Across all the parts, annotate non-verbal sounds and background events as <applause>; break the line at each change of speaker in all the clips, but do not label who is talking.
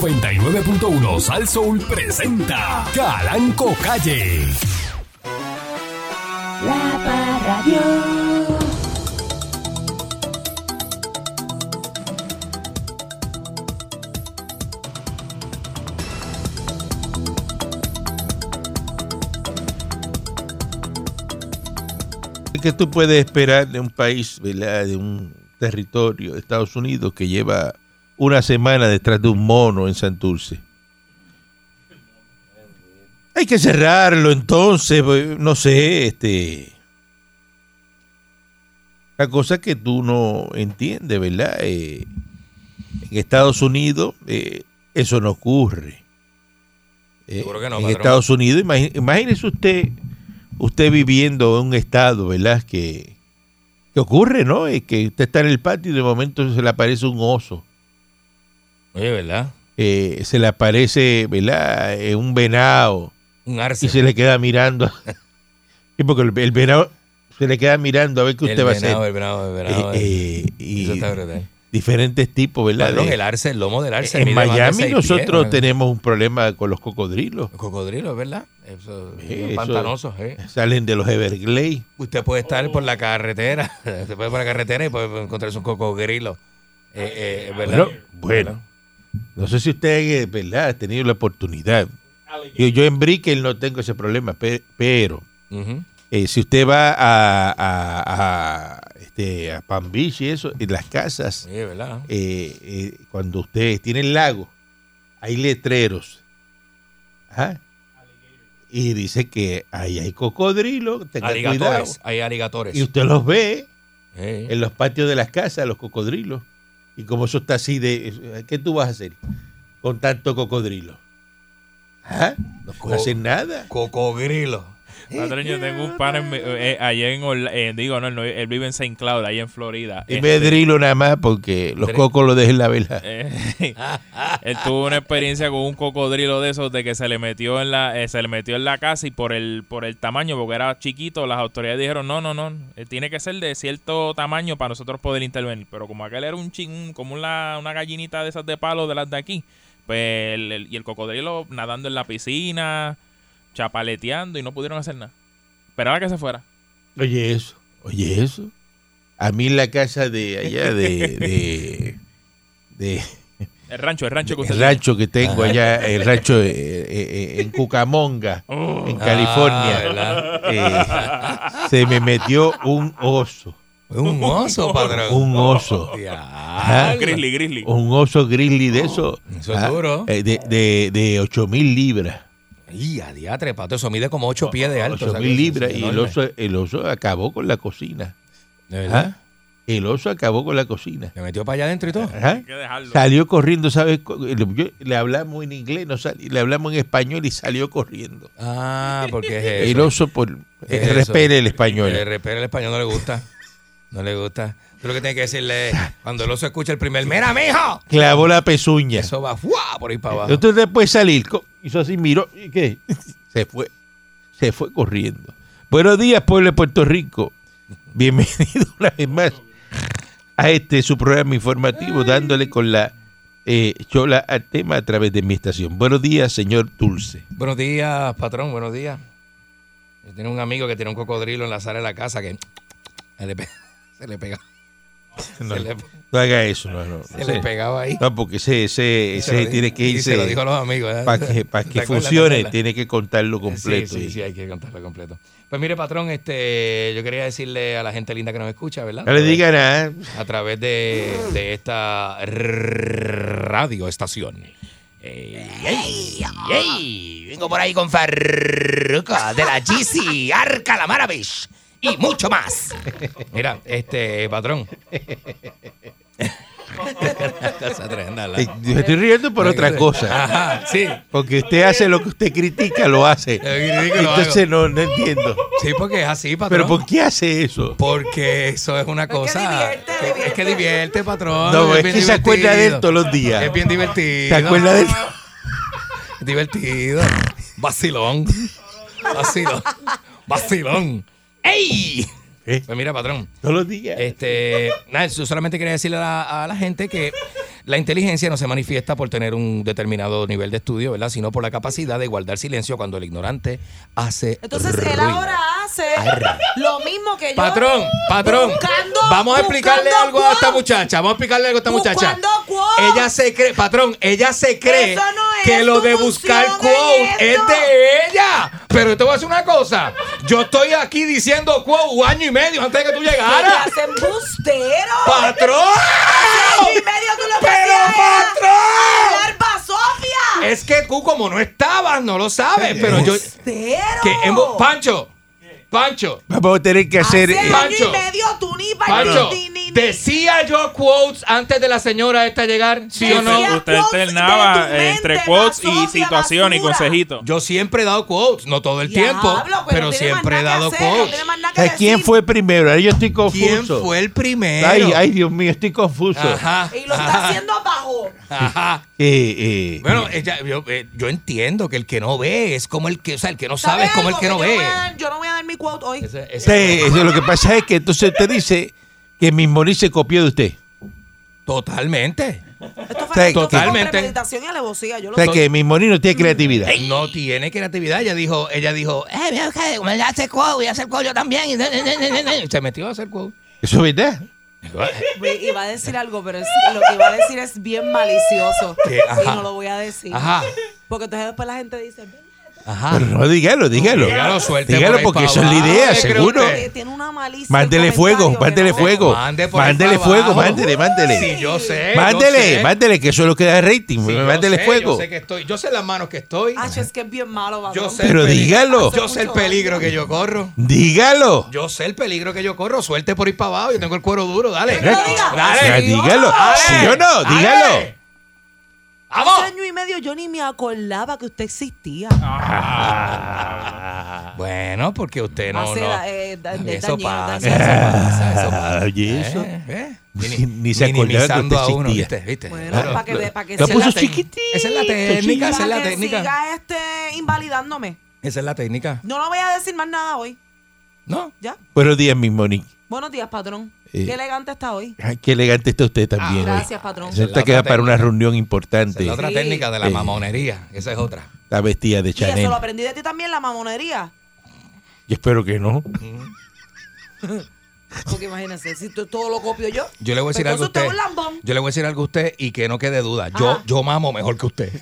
99.1 Sal Soul presenta Calanco Calle.
La Parradio.
¿Qué tú puedes esperar de un país, ¿verdad? de un territorio de Estados Unidos que lleva una semana detrás de un mono en Santurce? Hay que cerrarlo entonces, pues, no sé, este... La cosa que tú no entiendes, ¿verdad? Eh, en Estados Unidos eh, eso no ocurre. Eh,
Seguro que no,
en
patrón.
Estados Unidos, imagi- imagínese usted, usted viviendo en un estado, ¿verdad? Que, que ocurre, ¿no? Es que usted está en el patio y de momento se le aparece un oso.
Oye, ¿verdad?
eh, se le aparece, ¿verdad? Eh, un venado
Un
y
arce.
se le queda mirando. <laughs> y porque el, el venado se le queda mirando a ver qué
El
usted va
venado,
a hacer.
El venado, el venado.
Eh, eh, y
Eso está brutal.
diferentes tipos, ¿verdad?
Patrón,
De-
el arce, el lomo del arce.
en
mide más de
Miami
seis
nosotros
pies,
tenemos un problema con los cocodrilos.
¿no? Cocodrilos, ¿verdad? Eso,
Sí,
son
eso-
pantanosos, ¿eh?
Salen de los Everglades.
Usted puede estar por la carretera, <laughs> se puede por la carretera y puede encontrarse un cocodrilo. Eh, eh, ¿verdad?
Bueno, bueno. No sé si usted, eh, ¿verdad? Ha tenido la oportunidad. Yo, yo en Brickell no tengo ese problema, pe- pero
Ujú.
Eh, si usted va a, a, a, este, a Palm Beach y eso, en las casas,
Oye, ¿verdad?
eh, eh, cuando usted tiene el lago, hay letreros. Ajá. Y dice que ahí hay cocodrilo, tenga cuidado.
Aligatores, hay aligatores.
Y usted los ve
Eh,
en los patios de las casas, los cocodrilos. Y como eso está así de... ¿Qué tú vas a hacer con tanto cocodrilo? Ajá, No
Co-
puedes hacer nada.
Cocodrilo.
Patrón, yo tengo un pan en, eh, allá en Orla- eh, digo, no, no, él vive en St. Cloud, ahí en Florida.
Y
Este,
medrilo nada más porque los
Dri-
cocos lo dejen la vela.
eh, <laughs> él tuvo una experiencia con un cocodrilo de esos de que se le metió en la eh, se le metió en la casa y por el por el tamaño porque era chiquito las autoridades dijeron no no no eh, tiene que ser de cierto tamaño para nosotros poder intervenir pero como aquel era un chin como una, una gallinita de esas de palo de las de aquí pues el- el- y el cocodrilo nadando en la piscina chapaleteando y no pudieron hacer nada esperaba que se fuera
Oye eso, oye eso. A mí en la casa de allá de, de, de-
el rancho el rancho que usted
el
tiene.
rancho que tengo allá, el rancho eh, eh, eh, en Cucamonga,
Oh.
en
Ah,
California,
¿verdad?
eh, se me metió un oso,
Un oso, patrón.
<laughs> un oso, Ah,
Diablo.
Ah, Grizzly, Grizzly.
Oh.
un oso grizzly de eso, Ah, eh,
Eso es duro.
de, de, de 8 mil libras.
Y a diatre, pato, eso mide como ocho pies de alto. o
8
sea, que
mil
eso es
libras y el
enorme.
oso, el oso acabó con la cocina.
¿De verdad?
¿ah? El oso acabó con la cocina.
¿Le metió para allá adentro y todo?
Ajá.
Hay que dejarlo.
Salió corriendo, ¿sabes? Co- yo- le hablamos en inglés, no sal- le hablamos en español y salió corriendo.
Ah, porque
<laughs>
es
El
eso.
oso por eh,
Es Eh, eso.
respete el español.
El RP, el español no le gusta. No le gusta. Tú lo que tienes que decirle es, cuando el oso escucha el primer, ¡Mira, mijo!
Clavó la pezuña.
Eso va ¡fua! por ahí para abajo.
Entonces después salir, co- hizo así, miró, ¿y
<laughs>
qué? Se fue. Se fue corriendo. Buenos días, pueblo de Puerto Rico. Bienvenido <laughs> una vez más a este su programa informativo, dándole con la eh, chola al tema a través de mi estación. Buenos días, señor Dulce.
Buenos días, patrón, buenos días. Yo tengo un amigo que tiene un cocodrilo en la sala de la casa que se le, pe- <laughs> se le pega-
No,
se le-
no haga eso, no, no, no
se
sé.
le pegaba ahí.
No, porque ese, ese,
Y se lo
ese
di-
tiene que
y
irse
se lo dijo a los amigos. ¿eh?
para que,
<laughs>
pa' que
¿Te acuerdas? ¿Te
funcione,
acuerdas?
tiene que contarlo completo.
Sí, sí,
Y-
sí, hay que contarlo completo. Pues mire, patrón, este, yo quería decirle a la gente linda que nos escucha, ¿verdad?
No le diga nada.
a través de, de esta radioestación. Ey, ey, ey, vengo por ahí con Farruko de la GC, Arca la Maravish y mucho más. Mira, este
<laughs>
patrón. Una cosa tremenda,
Eh,
¿verdad?
Yo estoy riendo por otra cosa.
Ajá, sí.
Porque usted hace lo que usted critica, lo hace.
que critico, lo hago.
Entonces no, no entiendo.
Sí, porque es así, patrón.
Pero ¿por qué hace eso?
Porque eso es una cosa.
divierte,
que- Es que divierte, patrón.
No, pues, es
bien
que se acuerda de él
divertido.
todos los días.
Es bien divertido.
¿Se acuerda
<laughs>
de él?
Divertido. Vacilón. Vacilón. Vacilón. ¡Ey!
¿Eh?
Pues mira, patrón.
Todos los días.
Este, nada, yo solamente quería decirle a la, a la gente que La inteligencia no se manifiesta por tener un determinado nivel de estudio, ¿verdad? Sino por la capacidad de guardar silencio cuando el ignorante hace.
Entonces él
ruido.
ahora hace
Arra.
lo mismo que yo.
Patrón, patrón,
Buscando-
vamos a explicarle
buscando
algo a esta
cuál.
muchacha. Vamos a explicarle algo a esta muchacha.
Buscando quote.
Ella se cree, patrón, ella se cree
Eso no es
que lo
tu
de buscar
función en
quote es
esto.
de ella. Pero te voy a decir una cosa. Yo estoy aquí diciendo quote un año y medio antes de que tú
¡Ahora!
llegaras.
¡Te hacen bustero!
¡Patrón!
¡Año y medio tú lo que
¡Pero
hacías era
patrón!
¡Larva Sofía!
Es que tú como no estabas, no lo sabes. Pero yo...
¡Bustero!
Que, hemos- Pancho, Pancho.
Vamos a tener que hacer.
Hace
eh,
año
Pancho.
y medio tú ni para
Pancho,
ni, ni, ni-
¿decía yo quotes antes de la señora esta llegar? ¿Sí o no?
Decía
Usted
quotes de
alternaba
tu mente,
entre quotes y
basofia,
situación y
basura.
consejitos.
Yo siempre he dado quotes, no todo el tiempo,
Diablo, pues
pero
no tiene
siempre
más
he
nada que
dado
hacer, no
quotes.
tiene más nada que
¿a ¿Quién
decir.
fue primero? Ahí yo estoy confuso.
¿Quién fue el primero?
Ay, ay, Dios mío, estoy confuso.
Ajá.
Y lo está
ajá,
haciendo abajo.
ajá.
Eh, eh,
Bueno, ella- yo, eh, yo entiendo que el que no ve es como el que, o sea, el que no sabe
¿Sabes
es como el
algo?
que no
yo
ve.
voy a dar- yo no voy a dar mi quote hoy.
Ese- ese-
usted, eso, lo que pasa es que entonces usted dice que Mimoni se copió de usted.
Totalmente.
Esto
Sí,
fue, esto fue
totalmente.
con premeditación y alevosía. Yo
O
lo
sea, que Mimoni no tiene creatividad.
No tiene creatividad. Ella dijo, ella dijo, eh, mira, que me hace quote, voy a hacer quote yo también. Y Se metió a hacer quote.
Eso es verdad.
Ve, Iba a decir algo, pero es- lo que iba a decir es bien malicioso.
¿Qué? Ajá.
Y no lo voy a decir.
Ajá,
Porque entonces después la gente dice, "Ven,
ajá.
Pero no, dígalo, dígalo.
Ah. Dígalo, suelte
Dígalo
por ahí
porque
para
eso es la
abajo,
idea,
¿qué cree
seguro.
usted?
eh, tiene una malicia. el
Mándele fuego,
comentario que
mándele
no".
fuego.
Mande por ahí
Mándele
para
fuego,
abajo.
mándele, mándele.
Sí, yo sé. yo
Mándele,
sé.
mándele, que eso es lo que da rating.
Sí, yo
mándele
sé,
fuego.
Yo sé que estoy, yo sé las manos que estoy.
Acho, es que es bien malo, babón.
Yo sé.
Pero
Hace
dígalo,
yo sé el peligro que yo corro.
dígalo.
Yo sé el peligro que yo corro. Suelte por ir para abajo. Yo tengo el cuero duro. Dale.
Pero no diga.
Ya,
Dale.
Sí.
dígalo.
Dale.
Sí o no,
Dale.
dígalo.
Hace
¡Vamos!
año y medio yo ni me acordaba que usted existía.
Ah, Bueno, porque usted no.
Hace
no.
da- eh, da- de-
eso,
dañero,
pasa,
dañero.
eso pasa. Eso pasa.
Ah, oye, eso.
Eh, eh.
Ni- ni se acordaba que
Minimizando
usted
a uno,
existía.
¿viste? ¿Viste?
Bueno,
Claro.
para que, para que
Lo
sea la
puso
técnica.
chiquitito.
Esa es la técnica, esa es la
Para que
técnica.
siga este invalidándome.
Esa es la técnica.
No lo voy a decir más nada hoy.
¿No?
Ya.
Buenos días, Mimoni.
Buenos días, patrón.
Eh.
Qué elegante está hoy.
Ay, Qué elegante está usted también.
Ah,
hoy.
gracias, patrón.
Eso
Esa es
está
la
queda
otra
para una
técnica.
reunión
Esa es
importante.
la otra
Sí.
técnica de la
Eh.
mamonería. Esa es otra.
Está vestida de
Y eso
Chanel.
lo aprendí de ti también, la mamonería.
Yo espero que no.
Porque imagínense, si tú- todo lo copio yo.
Yo le voy a decir
Pero
algo a
eso
usted.
usted es un lambón.
Yo le voy a decir algo a usted y que no quede duda. Yo,
Ajá.
yo mamo mejor que usted.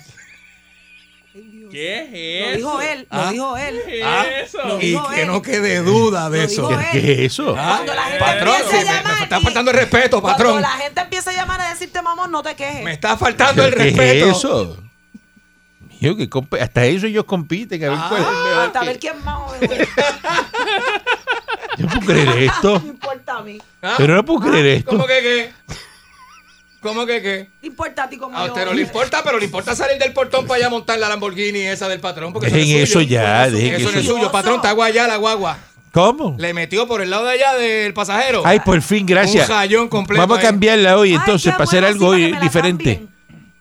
¿Qué
Lo dijo él,
Ah.
lo dijo él.
Ah,
Lo
Y
dijo
que
él.
no quede duda de
Lo
eso.
dijo él.
¿Qué es eso?
Ah,
Cuando la gente
patrón,
empiece
sí,
a
me- me,
llamar
está
aquí.
faltando el respeto,
Cuando
patrón.
la gente empieza a llamar a decirte mamón, no te quejes.
Me está faltando el
¿Qué es
respeto.
eso? Mío, que comp- hasta eso ellos compiten. A ver cuál es el
Ah,
mejor
hasta
que-
ver quién más jode.
Yo no puedo creer esto.
<laughs> No importa a mí.
Ah,
Pero no puedo creer
¿Cómo
esto.
que qué? ¿Cómo que qué?
No importa a ti como
A
yo.
usted no le importa, pero le importa salir del portón para allá montar la Lamborghini esa del patrón. Porque
Dejen
no es
eso
suyo.
ya, dejen
Eso no es
eso.
suyo, patrón. Está allá la guagua.
¿Cómo?
Le metió por el lado de allá del pasajero.
Ay, por fin, gracias.
Un jayón completo
Vamos a
ahí.
cambiarla hoy
Ay,
entonces,
qué
para hacer
bueno,
algo
sí, para
hoy
que me la
diferente.
cambien.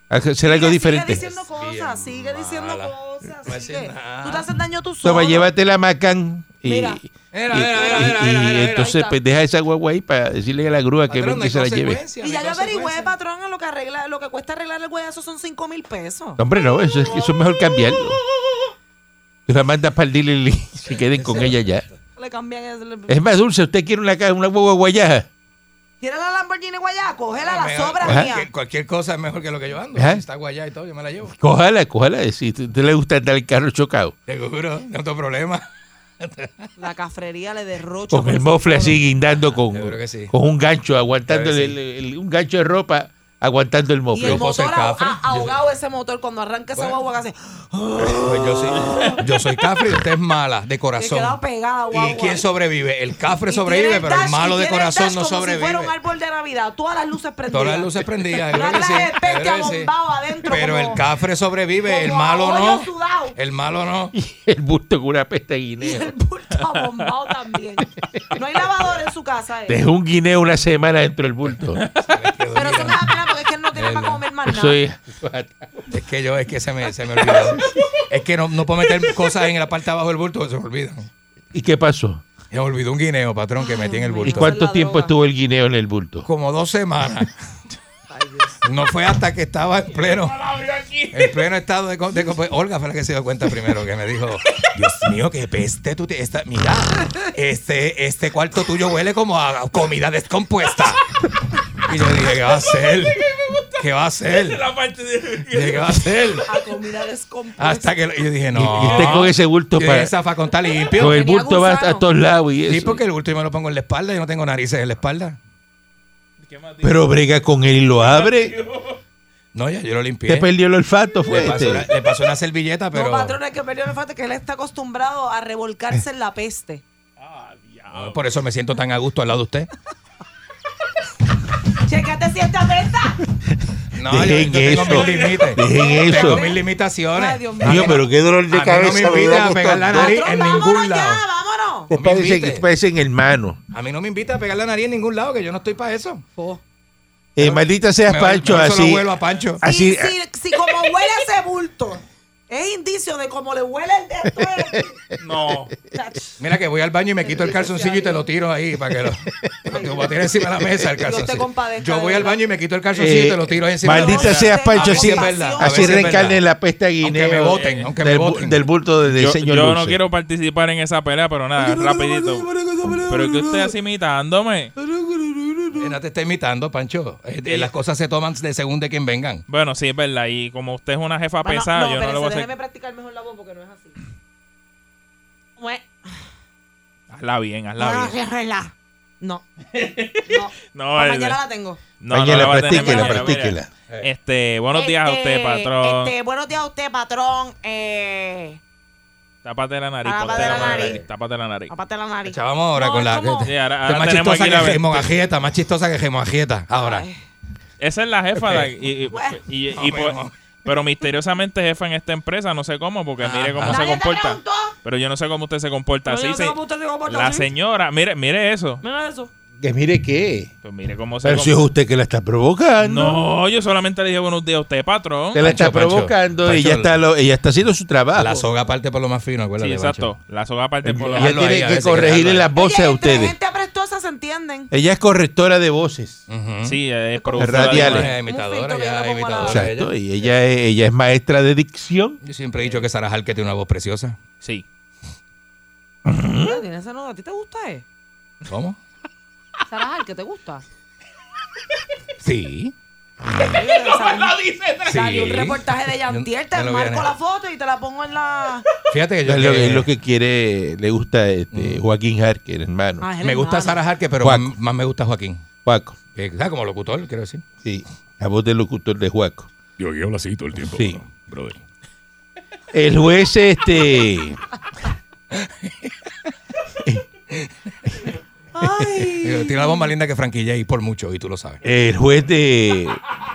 Hacer algo
Sigue-
diferente.
Sigue diciendo cosas,
bien
sigue diciendo
mala.
cosas.
No hace
sigue.
nada.
Tú te haces daño tú solo.
Toma, llévate la Macán. Y,
Mira.
y-
Era,
y-
era, era, era,
y
era, era.
entonces
Ahí
pues, deja esa guagua ahí para decirle a la grúa que, ven-
Patrón, no
que
hay
se la lleve.
consecuencia,
Y
no
ya
hay
yo averigüé,
consecuencia.
patrón, en lo que arregla, lo que cuesta arreglar el hueso son 5 mil pesos.
No, hombre, no, eso es, eso es mejor cambiarlo. Tú la mandas para el dealer y <laughs> se queden con ella ya.
Le cambian el.
Es más dulce, usted quiere una, ca- una guagua guayaja.
¿Quieres la Lamborghini Guayá? Cógela la
Mejor-
sobra
Ajá.
mía.
<laughs> Cualquier, cualquier cosa es mejor que lo que yo ando.
Ajá.
Si está guayá y todo, yo me la llevo.
Cójala, cójala. Si a usted le gusta andar el carro chocado.
Te juro, no tengo problema.
La cafrería le derrocha.
Con
por
el
ese
mofle así
coro.
guindando con,
Yo creo que sí.
con un gancho, aguantando
Yo creo que
el- el- el- un gancho de ropa, aguantando el
Y
mofle.
el
puedo ser
motor ah,
cafre.
ah, ahogado ese motor cuando arranca esa
Bueno.
guagua que hace.
Pues yo sí. Yo soy cafre y usted es mala, de
Que quedado
corazón.
pegada, guagua.
¿Y quién sobrevive? El cafre
Y tiene
sobrevive,
el
pero el
dash,
malo
y
de
tiene el
corazón
dash
no
Como si fuera un
sobrevive.
árbol de Navidad, todas las luces prendidas.
Todas las luces prendidas. yo
Una
creo que sí,
clase de
yo creo
peste
que sí.
abombado adentro,
Pero
como-
el cafre sobrevive, el
como
malo
a
no.
hoyo sudado.
El malo no.
Y <laughs> el busto con una pesta de
Y el
guineo.
bulto abombado también. No hay lavador en su casa. eh.
Dejó un guineo una semana dentro del bulto.
Pero <laughs> eso me da pena porque es que él no tiene
Verdad.
para comer más
Eso
nada.
es.
Es que yo, es que se me, se me olvidó. Es que no, no puedo meter cosas en la parte de abajo del bulto, se me olvidan.
¿Y qué pasó?
Se me olvidó un guineo, patrón, que metí en el
Ay,
¿Y
bulto.
Dios.
cuánto
La
tiempo
droga.
estuvo el guineo en el bulto?
Como dos semanas.
<laughs> Ay, Dios
No fue hasta que estaba en pleno, en pleno estado de, co- de co- Olga fue la que se dio cuenta primero, que me dijo, Dios mío, qué peste tú te esta- mira, este, este cuarto tuyo huele como a comida descompuesta. Y yo dije, ¿qué va a hacer? ¿Qué va a hacer?
<laughs>
Dije, ¿qué va a hacer?
A comida descompuesta.
Hasta que lo- y yo dije,
Y,
no.
y usted con ese bulto
Yo
para.
dije, "Esa facón está limpio.
Con el
Tenía
bulto va a
gusano.
todos lados y eso.
Sí, porque el último me lo pongo en la espalda, yo no tengo narices en la espalda.
Pero brega con él y lo abre.
No, ya yo lo limpié.
Te perdió el olfato, fue.
Le pasó,
este.
una, le pasó una servilleta, pero.
No, patrón, es que perdió el olfato, que él está acostumbrado a revolcarse en la peste.
Ah, Por eso me siento tan a gusto al lado de usted.
Checate si esta pesta.
No,
Dejen
yo, yo tengo
eso.
mis límites.
Dejen
Tengo
eso.
mis limitaciones.
Ay, Dios mío.
A mí
Dios,
no-
pero qué dolor
a
de
mí
cabeza.
no me
le
invita
damos
a pegar la
tanto.
nariz
Patrón,
en
vámonos
ningún
ya,
lado.
vámonos.
Te
me
parecen,
invite.
te parecen hermanos.
A mí no me invita a pegar la nariz en ningún lado, que yo no estoy para eso.
Oh.
Eh, maldita seas,
Me-
Pancho,
me- Eso lo
así.
vuelvo a Pancho.
Así-
Si, si,
eh,
si como huele ese bulto, es indicio de eh. cómo le huele el dedo.
No.
Mira que voy al baño y me quito el calzoncillo y te lo tiro ahí para que lo.
<laughs>
Lo voy a tirar encima de la mesa el
Dios te
calzoncillo.
compadezca,
Yo
de
voy al
verdad.
baño y me quito el calzoncillo y te lo tiro ahí encima de la
Eh, Maldita
mesa.
seas, Pancho,
A ver si
así,
es verdad, a ver
así
si es
reencarne
verdad.
la peste a
Aunque
Guineo.
me voten, aunque me
del, bu-
voten.
del bulto de, del
Yo,
señor
yo no
Dulce.
quiero participar en esa pelea, pero nada, rapidito. Pero es que usted así imitándome.
Eh, No te está imitando, Pancho. Eh, eh, Las cosas se toman de según de quien vengan.
Bueno, sí, es verdad. Y como usted es una jefa
Bueno,
pesada, yo no
espérese,
le voy a
déjeme
hacer.
practicar mejor la voz porque no es así.
Hazla bien, hazla
No,
bien.
no, no,
No,
Pa'
es-
mañana la tengo.
no, no
Mañana
la va a tener,
practíquela,
mira, mira.
practíquela.
Este, buenos días a
Este,
usted, patrón.
Este, buenos días a usted, patrón. Eh,
Tápate la nariz,
Ah,
ponte
tápate
la
la
nariz.
nariz.
Tápate la nariz.
aparte la nariz.
Echa, vamos ahora
No,
con
es
la.
como-
Sí, ahora,
Está
ahora
más
tenemos
chistosa
aquí
que
la
Gemogajieta, más chistosa que Gemogajieta. Ahora.
Ay,
Esa es la jefa. la- y- y- y- y- y-
Bueno.
pero misteriosamente jefa en esta empresa, no sé cómo, porque mire cómo se
Nadie te
comporta.
preguntó.
Pero yo no sé cómo usted se comporta
No,
así.
yo no sé
se-
cómo usted se comporta
la
así.
señora, mire, mire eso.
Mira eso.
Que mire qué.
Pues mire cómo se
Pero si es
comporta.
usted que la está provocando.
No, yo solamente le dije buenos días a usted, patrón.
Que la está
Pancho, Pancho,
provocando y
Pancho,
ella está, lo- ella está haciendo su trabajo.
La soga parte por lo más fino, acuérdate.
Sí, exacto. La soga aparte por
Y
la...
ella
Déjalo ahí,
tiene
a
que
veces hay que
corregirle
dejarlo
las voces
Oye,
a
entre
ustedes.
gente prestosa se entienden.
Ella es correctora de voces.
Sí, es
productora Radiales.
Ella
de-
es imitadora,
Un filtro que
ella
yo
es
no pongo
imitadora.
nada.
ella.
Exacto. Y ella es, ella es maestra de dicción.
Yo siempre he dicho que Sara Harker tiene una voz preciosa.
Sí.
¿Mm?
Mira, tiene ese nudo. ¿A ti te gusta, eh? <laughs>
¿Cómo?
Sarajal, ¿qué te gusta?
Sí. Sí.
Salió un reportaje de
Yo-
Yantier,
yo
te
lo voy a
marco
negar.
la foto y te la pongo en la...
Fíjate que yo.
Es lo,
que-
es lo que quiere, le gusta este, Joaquín Harker, hermano.
Ah, es el
Me gusta
hermano.
Sara Harker, pero más,
Juaco.
más me gusta Joaquín.
Juaco.
Que, ah, Como locutor, quiero decir.
Sí. La voz del locutor de Juaco.
Yo hablo así todo el tiempo.
Sí.
Brother.
El juez, este.
<laughs>
Ay,
Eh, Tiene una voz más linda que Frankie J, por mucho, y tú lo sabes.
El juez de.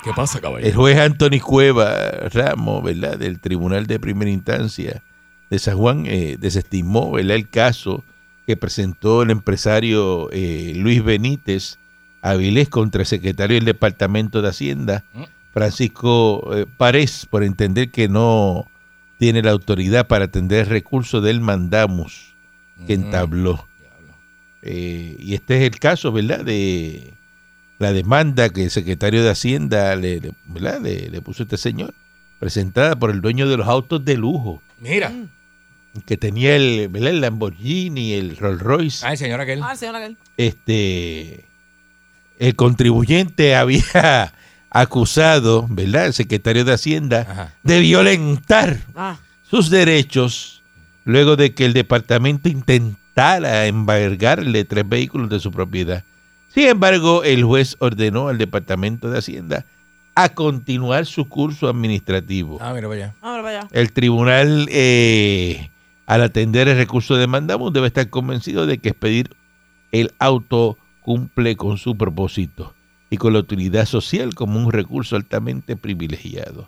¿Qué pasa, caballero?
El juez Anthony Cueva Ramos, ¿verdad? Del Tribunal de Primera Instancia de San Juan eh, desestimó, ¿verdad? El caso que presentó el empresario eh, Luis Benítez Avilés contra el secretario del Departamento de Hacienda, Francisco eh, Párez, por entender que no tiene la autoridad para atender el recurso del mandamus que entabló. Eh, y este es el caso, ¿verdad? De la demanda que el secretario de Hacienda le, le- ¿verdad? le- le puso a este señor, presentada por el dueño de los autos de lujo,
Mira.
que tenía el, ¿verdad? el Lamborghini, el Rolls Royce.
Ay, señora aquel.
ah, señora aquel.
Este, el contribuyente había <laughs> acusado, ¿verdad? El secretario de Hacienda
Ajá.
de violentar
Ah,
sus derechos luego de que el departamento intentara embargarle tres vehículos de su propiedad. Sin embargo, el juez ordenó al Departamento de Hacienda a continuar su curso administrativo.
Ah, mira, vaya.
a ver, vaya.
El tribunal, eh, al atender el recurso de Mandamus, debe estar convencido de que expedir el auto cumple con su propósito y con la utilidad social como un recurso altamente privilegiado.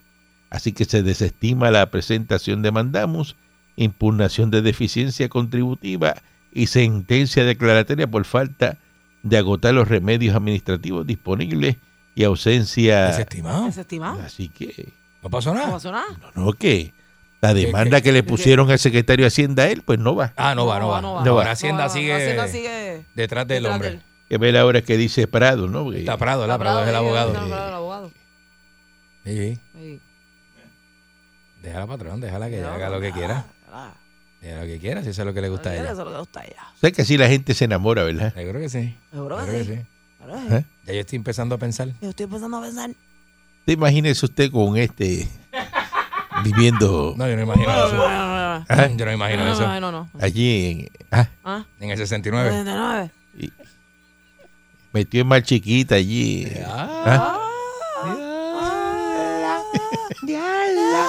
Así que se desestima la presentación de Mandamus, impugnación de deficiencia contributiva y sentencia declaratoria por falta de agotar los remedios administrativos disponibles y
Ah.
ausencia.
Desestimado.
Desestimado.
Así que
No pasó
No
nada.
pasó nada.
no, no, que la demanda que le pusieron al secretario de Hacienda a él, pues no va.
Ah, no va, no va.
No va.
Ahora Hacienda
No, no, no,
sigue
Hacienda sigue...
detrás del
detrás
hombre.
del-
Que ver ahora que dice Prado, ¿no? Porque
Está Prado, la Prado es el
Prado,
abogado.
sí, está Prado, el abogado.
Sí,
Sí.
déjala, patrón, déjala que
No,
haga lo que quiera.
Ah,
Déjala lo que quiera, si eso es lo que le gusta a
mira,
ella.
Eso es lo que gusta a ella.
Sé que así la gente se enamora, ¿verdad?
Seguro que sí.
Seguro
Seguro
que
que
sí.
sí.
Seguro que sí.
¿Eh?
Ya yo estoy empezando a pensar.
Yo estoy empezando a pensar.
Te imagínese usted con este <laughs> viviendo
No, yo no imagino
No,
eso.
no, no, no.
<laughs> Yo no imagino
No,
eso.
no, no, no.
allí en, ah,
Ah,
En el 69.
99.
metió en mal chiquita allí. Ah,
¡Diabla! ¡Diabla!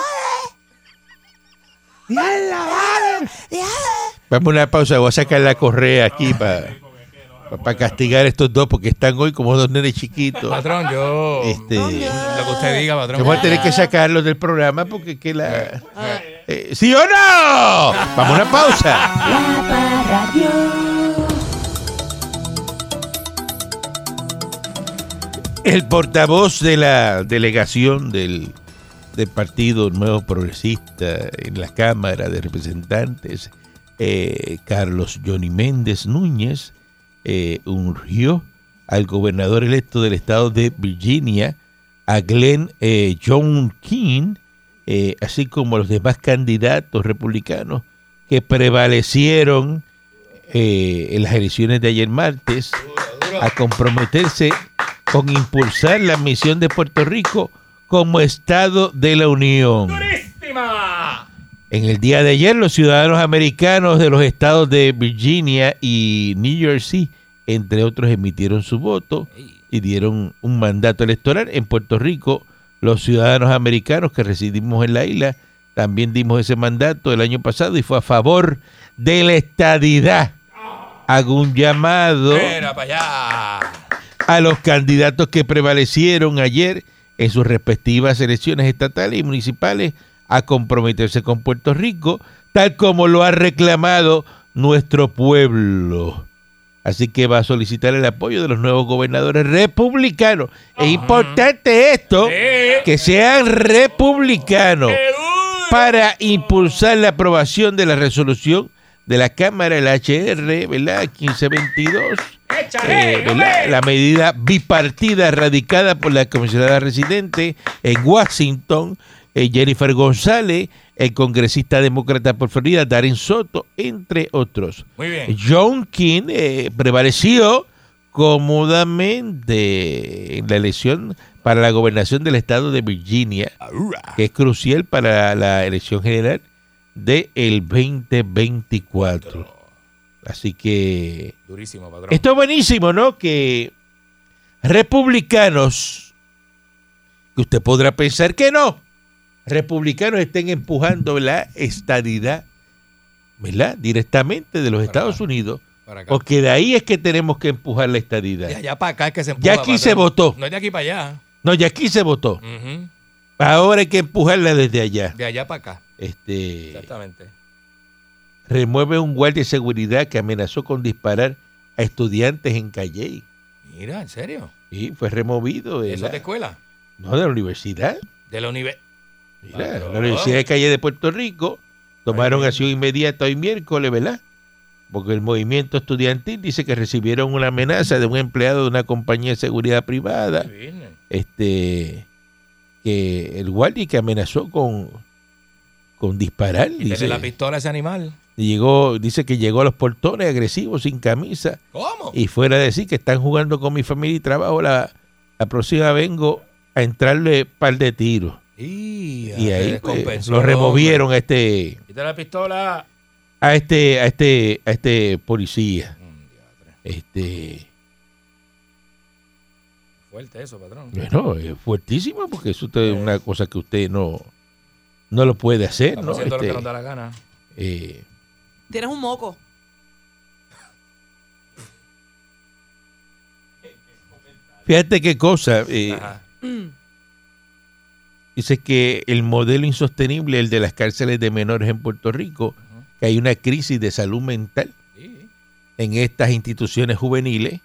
¡Diabla, vale! ¡Diabla!
Vamos a una pausa, voy a sacar la correa aquí para castigar a estos dos porque están hoy como dos nenes chiquitos.
Patrón, yo.
Este,
Lo que usted diga, patrón.
Vamos a tener que sacarlos del programa porque es que la... Eh, ¿Sí o no? Vamos a una pausa. El portavoz de la delegación del, del Partido Nuevo Progresista en la Cámara de Representantes, eh, Carlos Johnny Méndez Núñez, eh, ungió al gobernador electo del estado de Virginia, a Glenn eh, John King, eh, así como a los demás candidatos republicanos que prevalecieron eh, en las elecciones de ayer martes a comprometerse con impulsar la misión de Puerto Rico como Estado de la Unión. En el día de ayer, los ciudadanos americanos de los estados de Virginia y New Jersey, entre otros, emitieron su voto y dieron un mandato electoral. En Puerto Rico, los ciudadanos americanos que residimos en la isla, también dimos ese mandato el año pasado y fue a favor de la estadidad. Hago un llamado
Mira para allá.
a los candidatos que prevalecieron ayer en sus respectivas elecciones estatales y municipales a comprometerse con Puerto Rico, tal como lo ha reclamado nuestro pueblo. Así que va a solicitar el apoyo de los nuevos gobernadores republicanos. Es importante esto, que sean republicanos, para impulsar la aprobación de la resolución de la Cámara, el HR, ¿verdad? 1522. Eh, ¿verdad? la medida bipartida radicada por la comisionada residente en Washington, eh, Jennifer González, el congresista demócrata por Florida, Darren Soto, entre otros.
Muy bien.
John King eh, prevaleció cómodamente en la elección para la gobernación del estado de Virginia, que es crucial para la elección general del 2024. Así que
Durísimo, patrón.
esto es buenísimo, ¿no? Que republicanos, que usted podrá pensar que no, republicanos estén empujando la estadidad, ¿verdad? Directamente de los Estados Unidos,
Para acá.
porque de ahí es que tenemos que empujar la estadidad.
De allá para acá es que se empuja,
Ya aquí
patrón.
se votó.
No es de aquí para allá.
No, ya aquí se votó.
Ujú.
Ahora hay que empujarla desde allá.
De allá para acá.
Este,
Exactamente.
remueve un guardia de seguridad que amenazó con disparar a estudiantes en Calley.
Mira, en serio.
Y fue removido. de Pues
Eso
la-
es de escuela.
no, de la universidad.
De la universidad.
Mira,
Claro.
la Universidad de Calle de Puerto Rico tomaron acción inmediata hoy miércoles, ¿verdad? Porque el movimiento estudiantil dice que recibieron una amenaza de un empleado de una compañía de seguridad privada, este, que el guardia que amenazó con, con disparar,
Dele
dice,
la pistola a ese animal.
Y llegó, dice que llegó a los portones agresivos sin camisa
¿Cómo?
y fuera de decir que están jugando con mi familia y trabajo, la, la próxima vengo a entrarle par de tiros.
Y,
y ahí pues,
descompensó
lo
el hombre.
removieron a este
Quita la pistola.
a este a este a este policía
Mm,
este
Fuerte eso, patrón.
bueno es fuertísimo porque eso usted- es una cosa que usted no no lo puede hacer
Estamos
¿no?
haciendo lo
Este,
que nos da la gana.
eh,
Tienes un moco.
fíjate qué cosa eh,
Ajá.
dice que el modelo insostenible el de las cárceles de menores en Puerto Rico que hay una crisis de salud mental
Sí.
en estas instituciones juveniles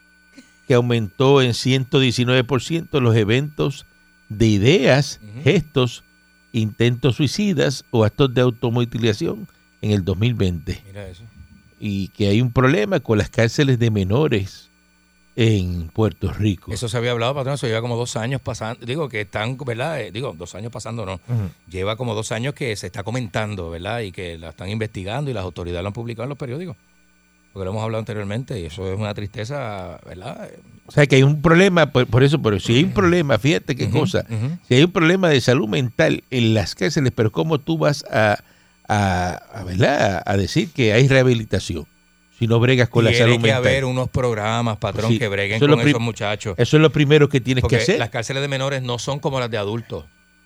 que aumentó en 119% los eventos de ideas,
Ujú.
gestos, intentos suicidas o actos de automutilación en el 2020.
Mira eso.
Y que hay un problema con las cárceles de menores en Puerto Rico.
Eso se había hablado, patrón, eso lleva como dos años pasando, digo que están, ¿verdad? Eh, digo, dos años pasando, no. Lleva como dos años que se está comentando, ¿verdad? Y que la están investigando y las autoridades lo han publicado en los periódicos. Porque lo hemos hablado anteriormente y eso es una tristeza, ¿verdad? Eh,
O sea que hay un problema, por, por eso, pero si hay un problema, fíjate qué cosa,
ujú.
si hay un problema de salud mental en las cárceles, pero ¿cómo tú vas a, a, a, ¿verdad? a decir que hay rehabilitación si no bregas con la
tiene
salud
que
mental?
haber unos programas, patrón,
Sí,
que breguen
eso es lo
con esos
prim-
muchachos.
Eso es lo primero que tienes
Porque
que hacer.
las cárceles de menores no son como las de adultos.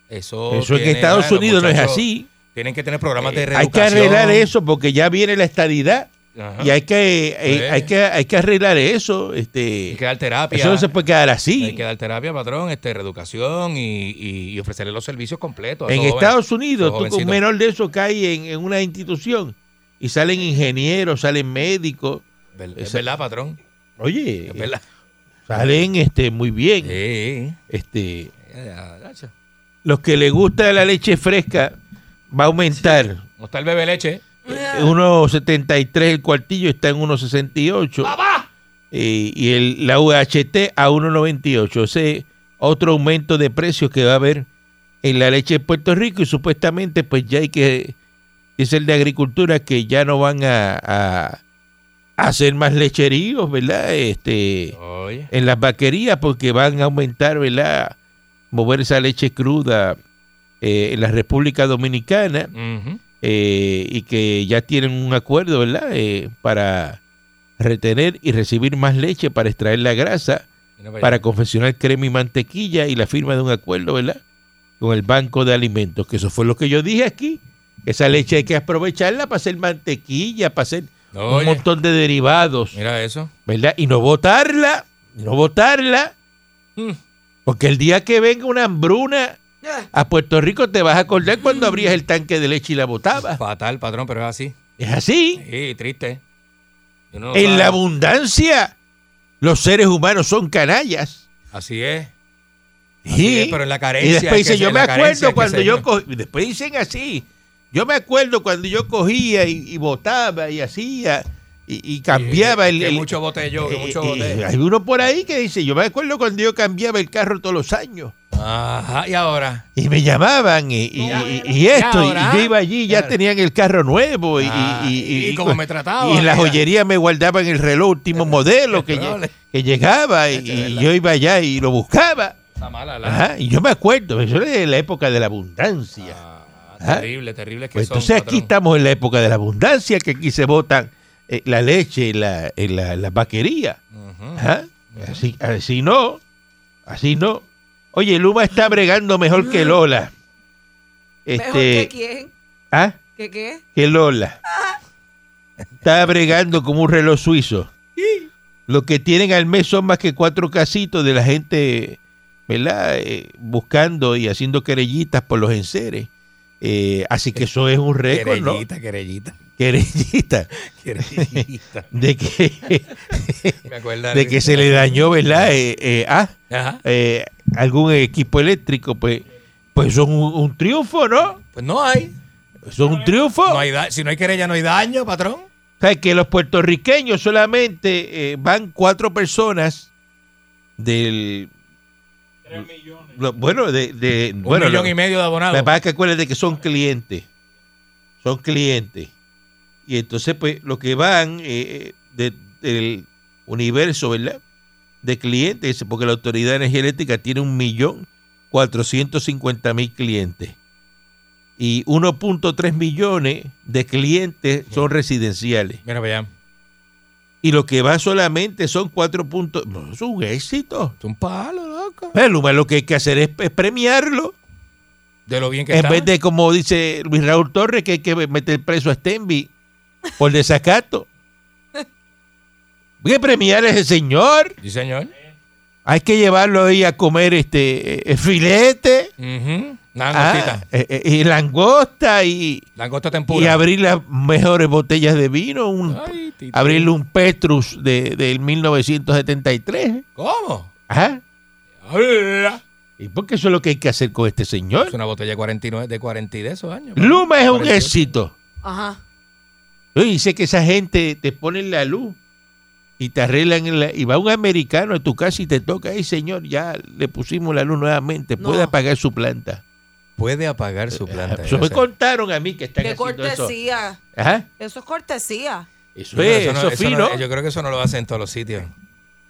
Eso,
Eso en
tiene-
Estados
ah, los
Unidos no es
muchachos
así.
Tienen que tener programas
Eh,
de
hay que
reeducación.
arreglar eso porque ya viene la estadidad
Ajá.
y hay que, eh,
Ah. Sí.
hay que hay que arreglar eso. Este,
Hay que dar terapia.
eso no se puede quedar
Hay
así.
que dar terapia, patrón, este, reeducación y, y- y ofrecerle los servicios completos. a
En
esos
Estados
jóvenes,
Unidos,
esos
tú con un
jovencitos.
menor de eso cae en, en una institución y salen ingenieros, salen médicos.
Ver- Es
Esa-
verdad, patrón.
Oye,
Es verdad.
salen este muy bien.
Sí.
Este,
Ya, gacho.
los que les gusta la leche fresca va a aumentar.
No está el bebé leche.
1.73 el cuartillo está en 1.68. Eh, y el, la UHT a 1.98. Ese otro aumento de precios que va a haber en la leche de Puerto Rico y supuestamente pues ya hay que, es el de agricultura que ya no van a, a- a hacer más lecheríos, ¿verdad? Este,
Oye.
en las vaquerías porque van a aumentar, ¿verdad? Mover esa leche cruda eh, en la República Dominicana
Ujú.
eh, y que ya tienen un acuerdo, ¿verdad? Eh, para retener y recibir más leche para extraer la grasa,
Mira para
para
allá.
confeccionar crema y mantequilla y la firma de un acuerdo, ¿verdad? Con el Banco de Alimentos, que eso fue lo que yo dije aquí. Esa leche hay que aprovecharla para hacer mantequilla, para hacer un
Oye.
montón de derivados,
Mira eso.
¿verdad? Y no botarla, y no botarla,
Mm.
porque el día que venga una hambruna
Eh.
Ah,
a Puerto Rico te vas a acordar cuando abrías el tanque de leche y la botabas.
Fatal, patrón, pero es así.
Es así.
Sí, triste. Y uno no
En
sabe.
la abundancia, los seres humanos son canallas.
Así es.
Sí.
es, pero en la
y
carencia
después
hay que
dice, yo
ser-
me
la carencia
acuerdo
hay que
cuando
ser-
yo cogí, después dicen así, yo me acuerdo cuando yo cogía y, y botaba y hacía y, y cambiaba el...
eh, Que
el-
mucho bote yo, que
eh,
mucho
eh,
bote.
hay uno por ahí que dice, yo me acuerdo cuando yo cambiaba el carro todos los años.
Ajá, y ahora.
Y me llamaban y, y- y- y esto, y
ahora.
yo iba allí, ya
Ya.
tenían el carro nuevo y, y-
Ah,
y-
y como me trataban,
Y en la
mira.
joyería me guardaban el reloj
<laughs>
último modelo que, lle-
Probable.
que llegaba y,
Ese,
y
Este, ¿verdad?
yo iba allá y lo buscaba.
Está mala la.
Ajá, y yo me acuerdo, eso era la época de la abundancia.
Ah,
Ajá.
terrible, terrible que
Pues
son,
entonces aquí
patrón.
estamos en la época de la abundancia, que aquí se botan eh, la leche, la, eh, la, la vaquería.
Ujú.
Ajá. ¿Eh? Así, así no. Así no. Oye, Luma está bregando mejor que Lola.
¿Mejor que
Este,
quién?
¿ah?
¿Que qué?
Que Lola. Está bregando como un reloj suizo. Lo que tienen al mes son más que cuatro casitos de la gente, ¿verdad? Eh, buscando y haciendo querellitas por los enseres. Eh, así que eso es un récord, ¿no?
Querellita, querellita, <laughs>
Querellita. <laughs>
querellita.
De que,
Me acuerdo
de que se le dañó, ¿verdad? Eh, eh, ah,
Ajá.
eh, algún equipo eléctrico, pues, pues son un, un triunfo, ¿no?
Pues no hay.
Son un triunfo.
No hay da- si no hay querella, no hay daño, patrón.
¿Sabes que los puertorriqueños solamente eh, van cuatro personas del... lo- bueno, de... de-
Un
bueno,
millón
lo-
y medio de
lo
abonados.
que pasa es que acuérdate que son clientes. Son clientes. Y entonces, pues, los que van eh, de- del universo, ¿verdad? De clientes, porque la Autoridad de Energía Eléctrica tiene un millón cuatrocientos cincuenta mil clientes. Y 1.3 millones de clientes son residenciales.
Mira, para allá.
Y los que van solamente son 4 puntos. No, es un éxito.
Es un palo, loco.
Bueno, Luma, lo que hay que hacer es- es premiarlo.
De lo bien que
En
está.
vez de, como dice Luis Raúl Torres, que hay que meter preso a Stenby por desacato. Hay que premiar a ese señor.
Sí, señor.
Hay que llevarlo ahí a comer este eh, filete. ah,
Ujú. Langostita.
eh, eh, y langosta y,
Langosta
y
tempura.
abrir las mejores botellas de vino. Un,
Ay, tito.
abrirle un Petrus de, del 1973.
¿Cómo?
Ajá.
Habla.
ah, ¿Y por qué eso es lo que hay que hacer con este señor?
Es una botella de 49, de 40 y de esos años. patrón.
Luma es un
48.
éxito.
Ajá.
Yo dice que esa gente te pone en la luz y te arreglan en la- y va un americano a tu casa y te toca, ay señor, ya le pusimos la luz nuevamente, puede
No.
apagar su planta.
Puede apagar su planta.
Eh, Eso me
gracias.
contaron a mí que están
De
haciendo eso.
cortesía.
Ajá.
Eso es cortesía.
Eso
Yo creo
es,
que eso
eh,
no-
eso es
eso no-
fino.
yo creo que eso no lo hacen en todos los sitios.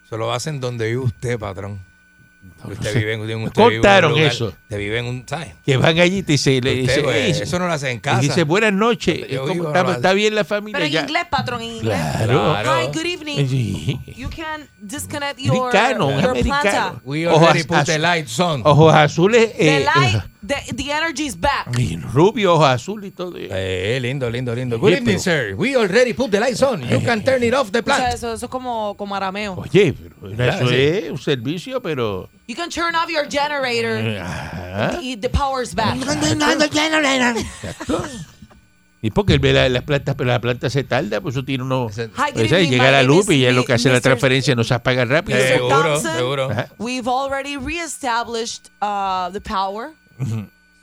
Eso lo hacen donde vive usted, patrón. Usted vive en, usted
Contaron
vive en un lugar-
eso.
Usted vive en un. ¿sabe?
Que van allí y te dice, le
Usted,
dice,
pues,
"Ey,
eso no lo hacen en
Y
casa.
dice, buenas noches.
Yo
¿Cómo
digo,
estamos?
no,
¿Está bien la familia?
Pero en
ya?
inglés, patrón, en inglés.
Claro.
Hi, good evening.
<laughs> Sí.
You can disconnect your,
Americano, un
your
americano.
planta.
We
Ojos
already
az-
put the lights on.
Ojos azules.
The
eh,
light, the, the energy is back.
eh, rubio, ojos azules y todo. eh.
Eh, lindo, lindo, lindo. Good
Oye,
evening,
pero-
sir. We already put the lights on. You can turn it off the
O sea,
plant.
eso, eso es como, como arameo.
Oye, pero eso
Ah, sí.
es un servicio, pero... ah,
You can turn off your
Eh,
generator.
Ah.
Ajá.
y The power's back.
exacto. Y porque él ve la, las plantas, pero la planta se tarda, pues eso tiene uno...
Hi, good
Pues, ¿sabes?
evening,
llega
my
la
name
luz y
is
ya lo que hace la
Mr.
transferencia no se apaga rápido.
Mr.
Seguro,
Thompson,
seguro.
Ajá.
We've already reestablished uh, the power.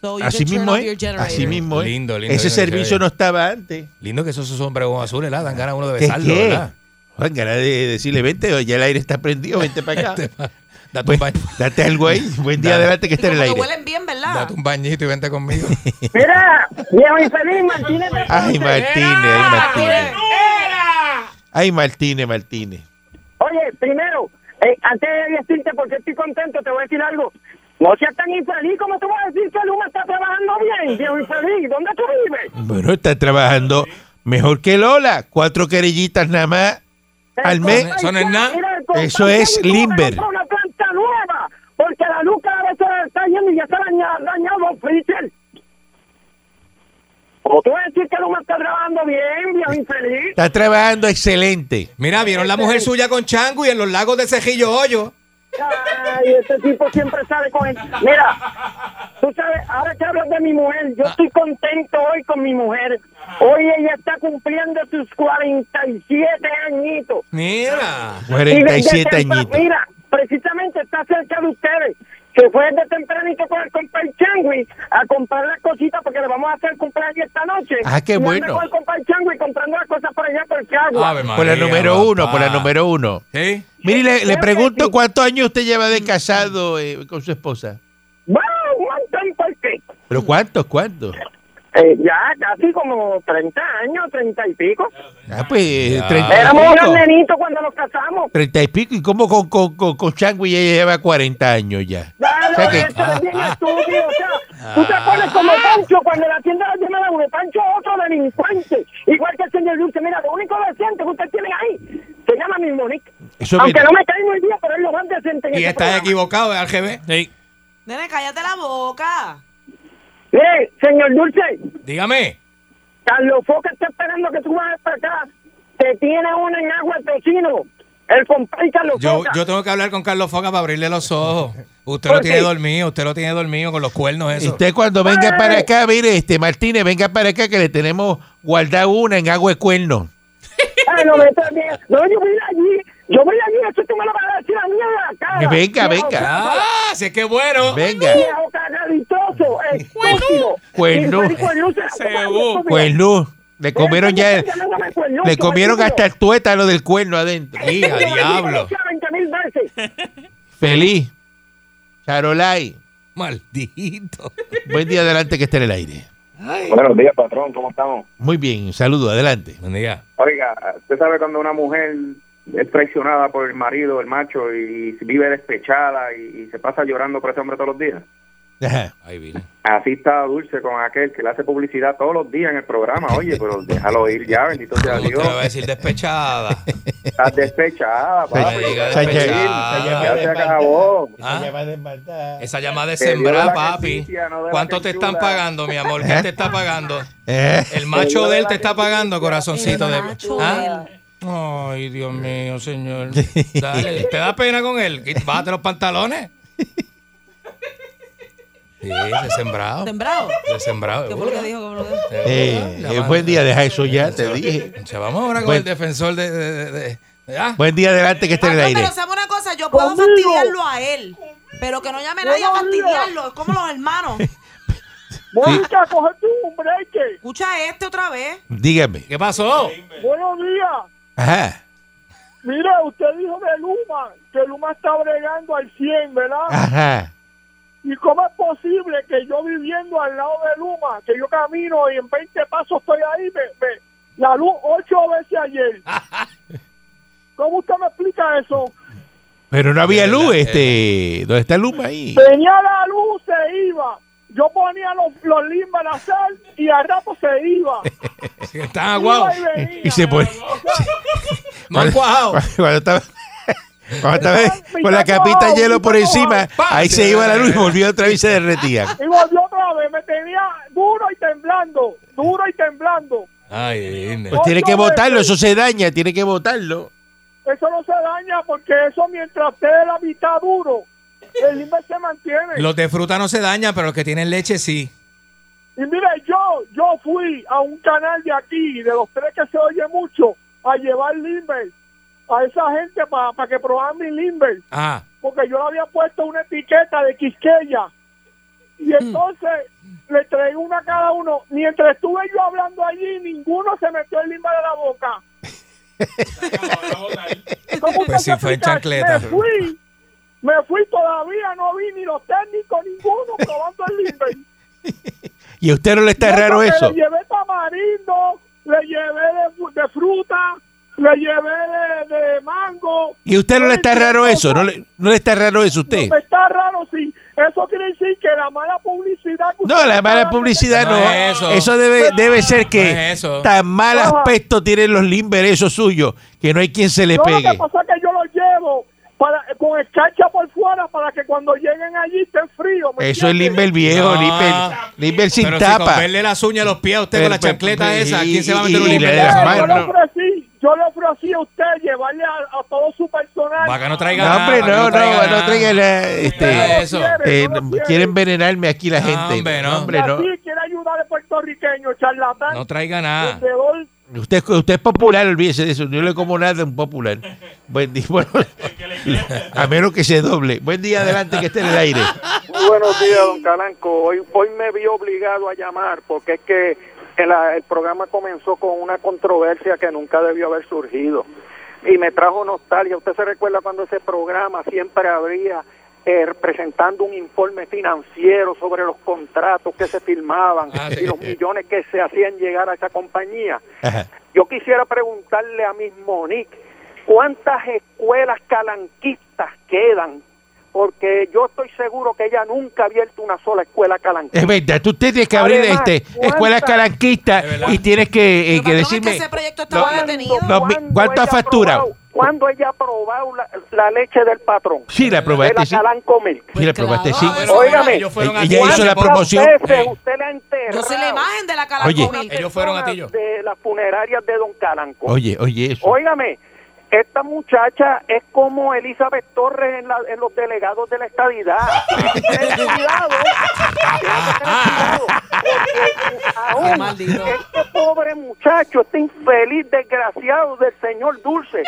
So you
Así
can turn
mismo
off your
es.
generator.
Así mismo es.
uh, Lindo, lindo,
Ese
lindo,
servicio
chévere.
no estaba antes.
Lindo que esos sombreros azules, la dan ganas uno de
¿Qué
besarlo,
qué?
¿verdad?
Juan, ganas de decirle, vente, ya el aire está prendido, vente para acá.
Date
Buen-
un, ba-
date algo ahí. Buen día,
Dale.
adelante que
Y
esté en el
como
aire.
que huelen bien, ¿verdad?
date un bañito y vente conmigo.
Mira, viejo infeliz, Martínez. de
Ay,
Ponce.
Martínez, ay, Martínez. Ay, Martínez, Martínez.
Oye, primero, eh, antes de decirte por qué estoy contento, te voy a decir algo. No seas tan infeliz, ¿cómo tú vas a decir que Luma está trabajando bien, viejo infeliz? ¿Dónde tú vives?
Bueno, está trabajando mejor que Lola. Cuatro querellitas nada más al mes.
Entonces,
eso no es
ya,
nada.
mira, el compadre
Eso es
tuvo que
Limber.
comprar Una planta nueva, porque la luz cada vez se la está yendo y ya se ha dañado, dañado los freezer. ¿Cómo tú vas a decir que Luma está trabajando bien, viejo infeliz?
Está trabajando excelente.
<laughs> Mira, vieron la mujer suya con Chango y en los lagos de Cejillo Hoyo.
Ay, este tipo siempre sale con él. Mira, tú sabes, ahora que hablas de mi mujer,
Ah.
yo estoy contento hoy con mi mujer. Hoy ella está cumpliendo sus 47 añitos.
Mira.
Y desde
47
tempra-
añitos.
Mira, precisamente está cerca de ustedes. Que fue de tempranito con el compadre Changui a comprar las cositas porque le vamos a hacer cumpleaños esta noche.
Ah, qué
Y anda
bueno.
Con el compadre Changui comprando las cosas por allá por el Chagua.
Ave
Por la
María,
número uno, por la
papá.
número uno.
¿Sí?
Mire, le, le
Claro que
pregunto
sí.
cuántos años usted lleva de casado eh, con su esposa.
¡Wow! Un montón porque
¿Pero cuántos? ¿Cuántos?
eh, ya casi como 30 años, 30 y pico.
Ah, pues
Ya.
30
Éramos
y
unos
pico.
nenitos cuando nos casamos.
30 y pico. ¿Y cómo con, con, con, con Changui ya lleva 40 años ya?
Claro,
Ah, O sea que- Ah.
eso es bien estúpido. O sea, tú te pones como Pancho cuando la tienda la llama a uno. Pancho es otro delincuente. Igual que el señor Dulce. Mira, lo único decente que usted tiene ahí se llama mi Monique.
Eso es
Aunque
verdad.
no me cae muy bien, pero es lo más decente. en
Y
este
estás
programa.
equivocado, ¿eh, RGB.
Sí.
Nene, cállate la boca.
Eh, señor Dulce,
Dígame.
Carlos Foca está esperando que tú vayas para acá. Te tiene una en agua el vecino. El compadre Carlos
Yo,
Foca.
yo tengo que hablar con Carlos Foca para abrirle los ojos. Usted
¿Por
lo tiene
qué?
dormido, usted lo tiene dormido con los cuernos eso.
Usted cuando venga
¡Ay!
para acá, mire, este Martínez, venga para acá que le tenemos guardada una en agua de cuerno.
Ah, no, me estás bien. No, yo voy a ir allí. Yo voy a ir allí. Eso tú me lo vas a decir a mí en la cara.
Venga,
Viejo
venga.
cara.
¡Ah! Si es que bueno.
Venga.
Viejo cagaditoso, eh, estúpido.
Cuerno.
Infeliz cuernuzo.
Según.
Cuerno. pues, Le comieron ya, le comieron hasta el tuétano del cuerno adentro.
¡Y a diablo!
mil veces.
Feliz. Charolay.
Maldito.
Buen día adelante que esté en el aire.
Buenos días, patrón, ¿cómo estamos?
Muy bien, saludo, adelante.
Buen día.
Oiga, usted sabe cuando una mujer es traicionada por el marido, el macho, y vive despechada y, y se pasa llorando por ese hombre todos los días.
Ajá.
Ay, mira.
Así está Dulce con aquel que le hace publicidad todos los días en el programa. Oye,
<laughs>
pero déjalo ir ya, bendito sea
Usted lo va a
Dios.
decir <laughs> despechada.
Estás despechada,
Se-
papi.
diga
se- se- se
despechada.
llama
Ya se
de
acabó.
Ah.
maldad.
Esa llamada de
Que Dios
sembrar,
la
papi.
bendiga, no de la
¿Cuánto te están
censura.
pagando, mi amor? ¿Qué te está pagando?
Eh,
El macho
Dios
de él
la
te está
bendiga.
pagando, corazoncito
El
de.
macho
¿Ah? Ay, Dios mío, señor. Dale, ¿te da pena con él? Bájate los pantalones. Sí, se sembrado.
¿Tembrado?
Se sembrado.
¿Qué fue lo que dijo? ¿Qué fue lo que dijo?
eh, eh, buen día, deja eso ya, te dije.
Se vamos ahora con
Buen-
el defensor de. de- de- de- de- ah.
Buen día adelante que esté en el
Ah, no,
aire.
pero sabe una cosa, yo puedo
Conmigo.
fastidiarlo a él. Pero que no llame nadie a
Buenos días.
fastidiarlo. Es como los hermanos.
Mónica, coge tú un break.
Escucha este otra vez.
Dígame.
¿Qué pasó?
Buenos días.
Ajá.
Mira, usted dijo de Luma, que Luma está bregando al 100, ¿verdad?
Ah, Ajá.
¿Y cómo es posible que yo viviendo al lado de Luma, que yo camino y en 20 pasos estoy ahí, me, me- la luz ocho veces ayer? ¿Cómo usted me explica eso?
Pero no había
Es
luz,
verdad, es
este. ¿Dónde está Luma ahí?
Tenía la luz, se iba. Yo ponía los, los limbas a la sal y al rato se iba.
Sí, están aguados.
Iba venía.
Y se pone-
O sea,
No han cuajado.
<laughs> Cuando estaba, cuando estaba
Estaba
con la
pintando
capita de
abajo,
hielo por
pintando
encima,
abajo.
ahí se iba la luz y volvió otra vez y se derretía.
Y volvió otra vez, me tenía duro y temblando, duro y temblando.
Ay, Disney.
Pues tiene que botarlo, eso se daña, tiene que botarlo.
Eso no se daña porque eso mientras esté la mitad duro, el limber se mantiene.
Los de fruta no se dañan, pero los que tienen leche sí.
Y mire, yo, yo fui a un canal de aquí, de los tres que se oye mucho, a llevar limber a esa gente para que probaran mi limber.
Ah,
porque yo le había puesto una etiqueta de Quisqueya. Y
Mm.
entonces le traí una a cada uno. Mientras estuve yo hablando allí, ninguno se metió el limba de la boca. ¿Cómo usted
Pues sí,
se
fue en
explica?
chancleta.
Me fui, me fui todavía, no vi ni los técnicos, ninguno probando el limber.
Y a usted no le está
Yo
raro
porque
eso.
Le llevé tamarindo, le llevé de, fu- de fruta, le llevé de, de mango.
Y a usted no le está raro eso, no
Cosas
le, no le está raro eso a usted.
no, está raro, sí. Eso quiere decir que la mala publicidad. que
No,
usted
la
está
mala
dando-
publicidad
No
no.
es
Eso,
eso.
debe, debe ser que
No es eso.
tan mal
Ajá.
aspecto tienen los limber esos suyos que no hay quien se le
No, lo
pegue.
que pasa es que yo lo llevo para, con escarcha por fuera para que cuando lleguen allí estén fríos. ¿me
Eso es
entiendes?
limber viejo,
No.
limber, limber sin
pero si
tapa.
comerle las uñas a los pies a usted con la
Pero,
chancleta
pero,
esa,
y-
¿quién se va a
y-
meter un
y
limber
le
de
das
eso?
Pero
mal,
yo le
mano.
ofrecí, yo le ofrecí a usted llevarle a, a todo su personal.
Para que no traiga
no,
nada.
hombre,
para
no, no,
que traiga
no
nada.
traigan la- este,
Usted
Ustedes
eso.
no quieren,
eh,
no
no-
quieren.
quieren envenenarme aquí la
No,
gente.
hombre, no.
hombre,
Y
no.
así quiere ayudar al puertorriqueño, charlatán.
No ah. traiga nada.
vendedor.
Usted, usted es popular, olvídese de eso. Yo no le como nada a un popular. Buen día. <laughs> Bueno, a menos que se doble. Buen día, adelante, que esté en el aire.
Muy buenos días, don Calanco. Hoy, hoy me vi obligado a llamar porque es que el, el programa comenzó con una controversia que nunca debió haber surgido. Y me trajo nostalgia. Usted se recuerda cuando ese programa siempre habría eh, presentando un informe financiero sobre los contratos que se firmaban
Ah, sí.
y los millones que se hacían llegar a esa compañía.
Ajá.
Yo quisiera preguntarle a Miss Monique, ¿cuántas escuelas calanquistas quedan? Porque yo estoy seguro que ella nunca ha abierto una sola escuela
Es
calanquista.
verdad, tú tienes que abrir
Además,
este
¿cuántas?
escuelas calanquistas
Es verdad.
y tienes que, eh,
Lo
que
patrón es
decirme.
ese proyecto
no,
estaba detenido.
no. mi- ¿cuánto ha
ella
facturado?
probado- ¿Cuándo ella ha probado la, la leche del patrón?
Sí, la
de Pues la
probaste, sí.
Calanco Milk.
Sí, la probaste, sí.
Pues
Pero
Óigame.
ellos fueron a
Ella hizo
Guaya
la
por-
promoción. Eh.
¿Cuántas veces
Ey.
usted la ha enterrado?
Yo soy la imagen de la
Oye. eh,
Calanco Milk.
Ellos fueron a ti yo.
De las funerarias de don Calanco.
Oye, oye, eso.
Óigame, esta muchacha es como Elizabeth Torres en, la- en los delegados de la estadidad. Ten cuidado,
Qué
Aún,
maldito.
este pobre muchacho, este infeliz desgraciado del señor Dulce,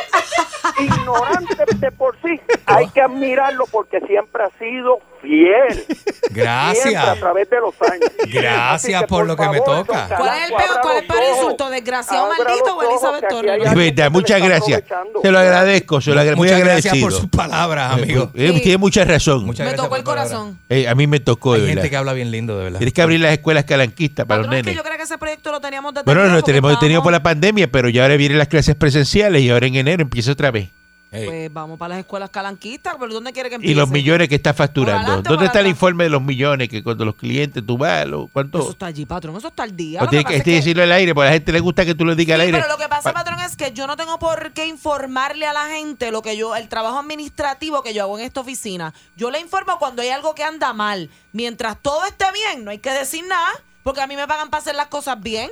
ignorante de por sí, hay que admirarlo porque siempre ha sido fiel. Siempre a
Gracias.
través de los años.
Gracias
Así
por lo que me
favor,
toca.
don Calanco,
¿Cuál es el peor,
abra
cuál es el
los
peor
ojos.
insulto? ¿Desgraciado
Abra
maldito
los
o
ojos,
Elizabeth
que aquí
Torres?
hay
Es
alguien que
verdad,
se le
muchas
está
gracias.
aprovechando.
Se lo agradezco, se lo agradezco. Muy
Muchas gracias
agradecido.
por sus palabras, amigo.
Eh, eh, Tiene mucha razón.
Muchas
Me
gracias
tocó
por
el
tus palabras.
corazón.
Eh, a mí me tocó, de
Hay gente
verdad.
que habla bien lindo,
<laughs>
de verdad.
Tienes que abrir las escuelas calanquistas para los
Patrón, es que
nenes.
yo creo que ese proyecto lo teníamos detenido.
Bueno, lo
porque
tenemos detenido
estábamos-
por la pandemia, pero ya ahora vienen las clases presenciales y ahora en enero empieza otra vez.
Ey.
Pues vamos para las escuelas calanquistas, pero ¿dónde quiere que empiece?
Y los millones que está
Por
facturando.
adelante,
¿Dónde
por
está el
atrás.
informe de los millones que cuando los clientes tú vas, lo-
Eso
cuánto?
está allí, patrón, eso está al día.
No
Lo
tienes
que
que,
pasa es
este,
que-
decirlo al aire, porque a la gente le gusta que tú lo digas
Sí,
al aire.
pero lo que pasa,
Pa-
patrón, es que yo no tengo por qué informarle a la gente lo que yo, el trabajo administrativo que yo hago en esta oficina. Yo le informo cuando hay algo que anda mal. Mientras todo esté bien, no hay que decir nada, porque a mí me pagan para hacer las cosas bien.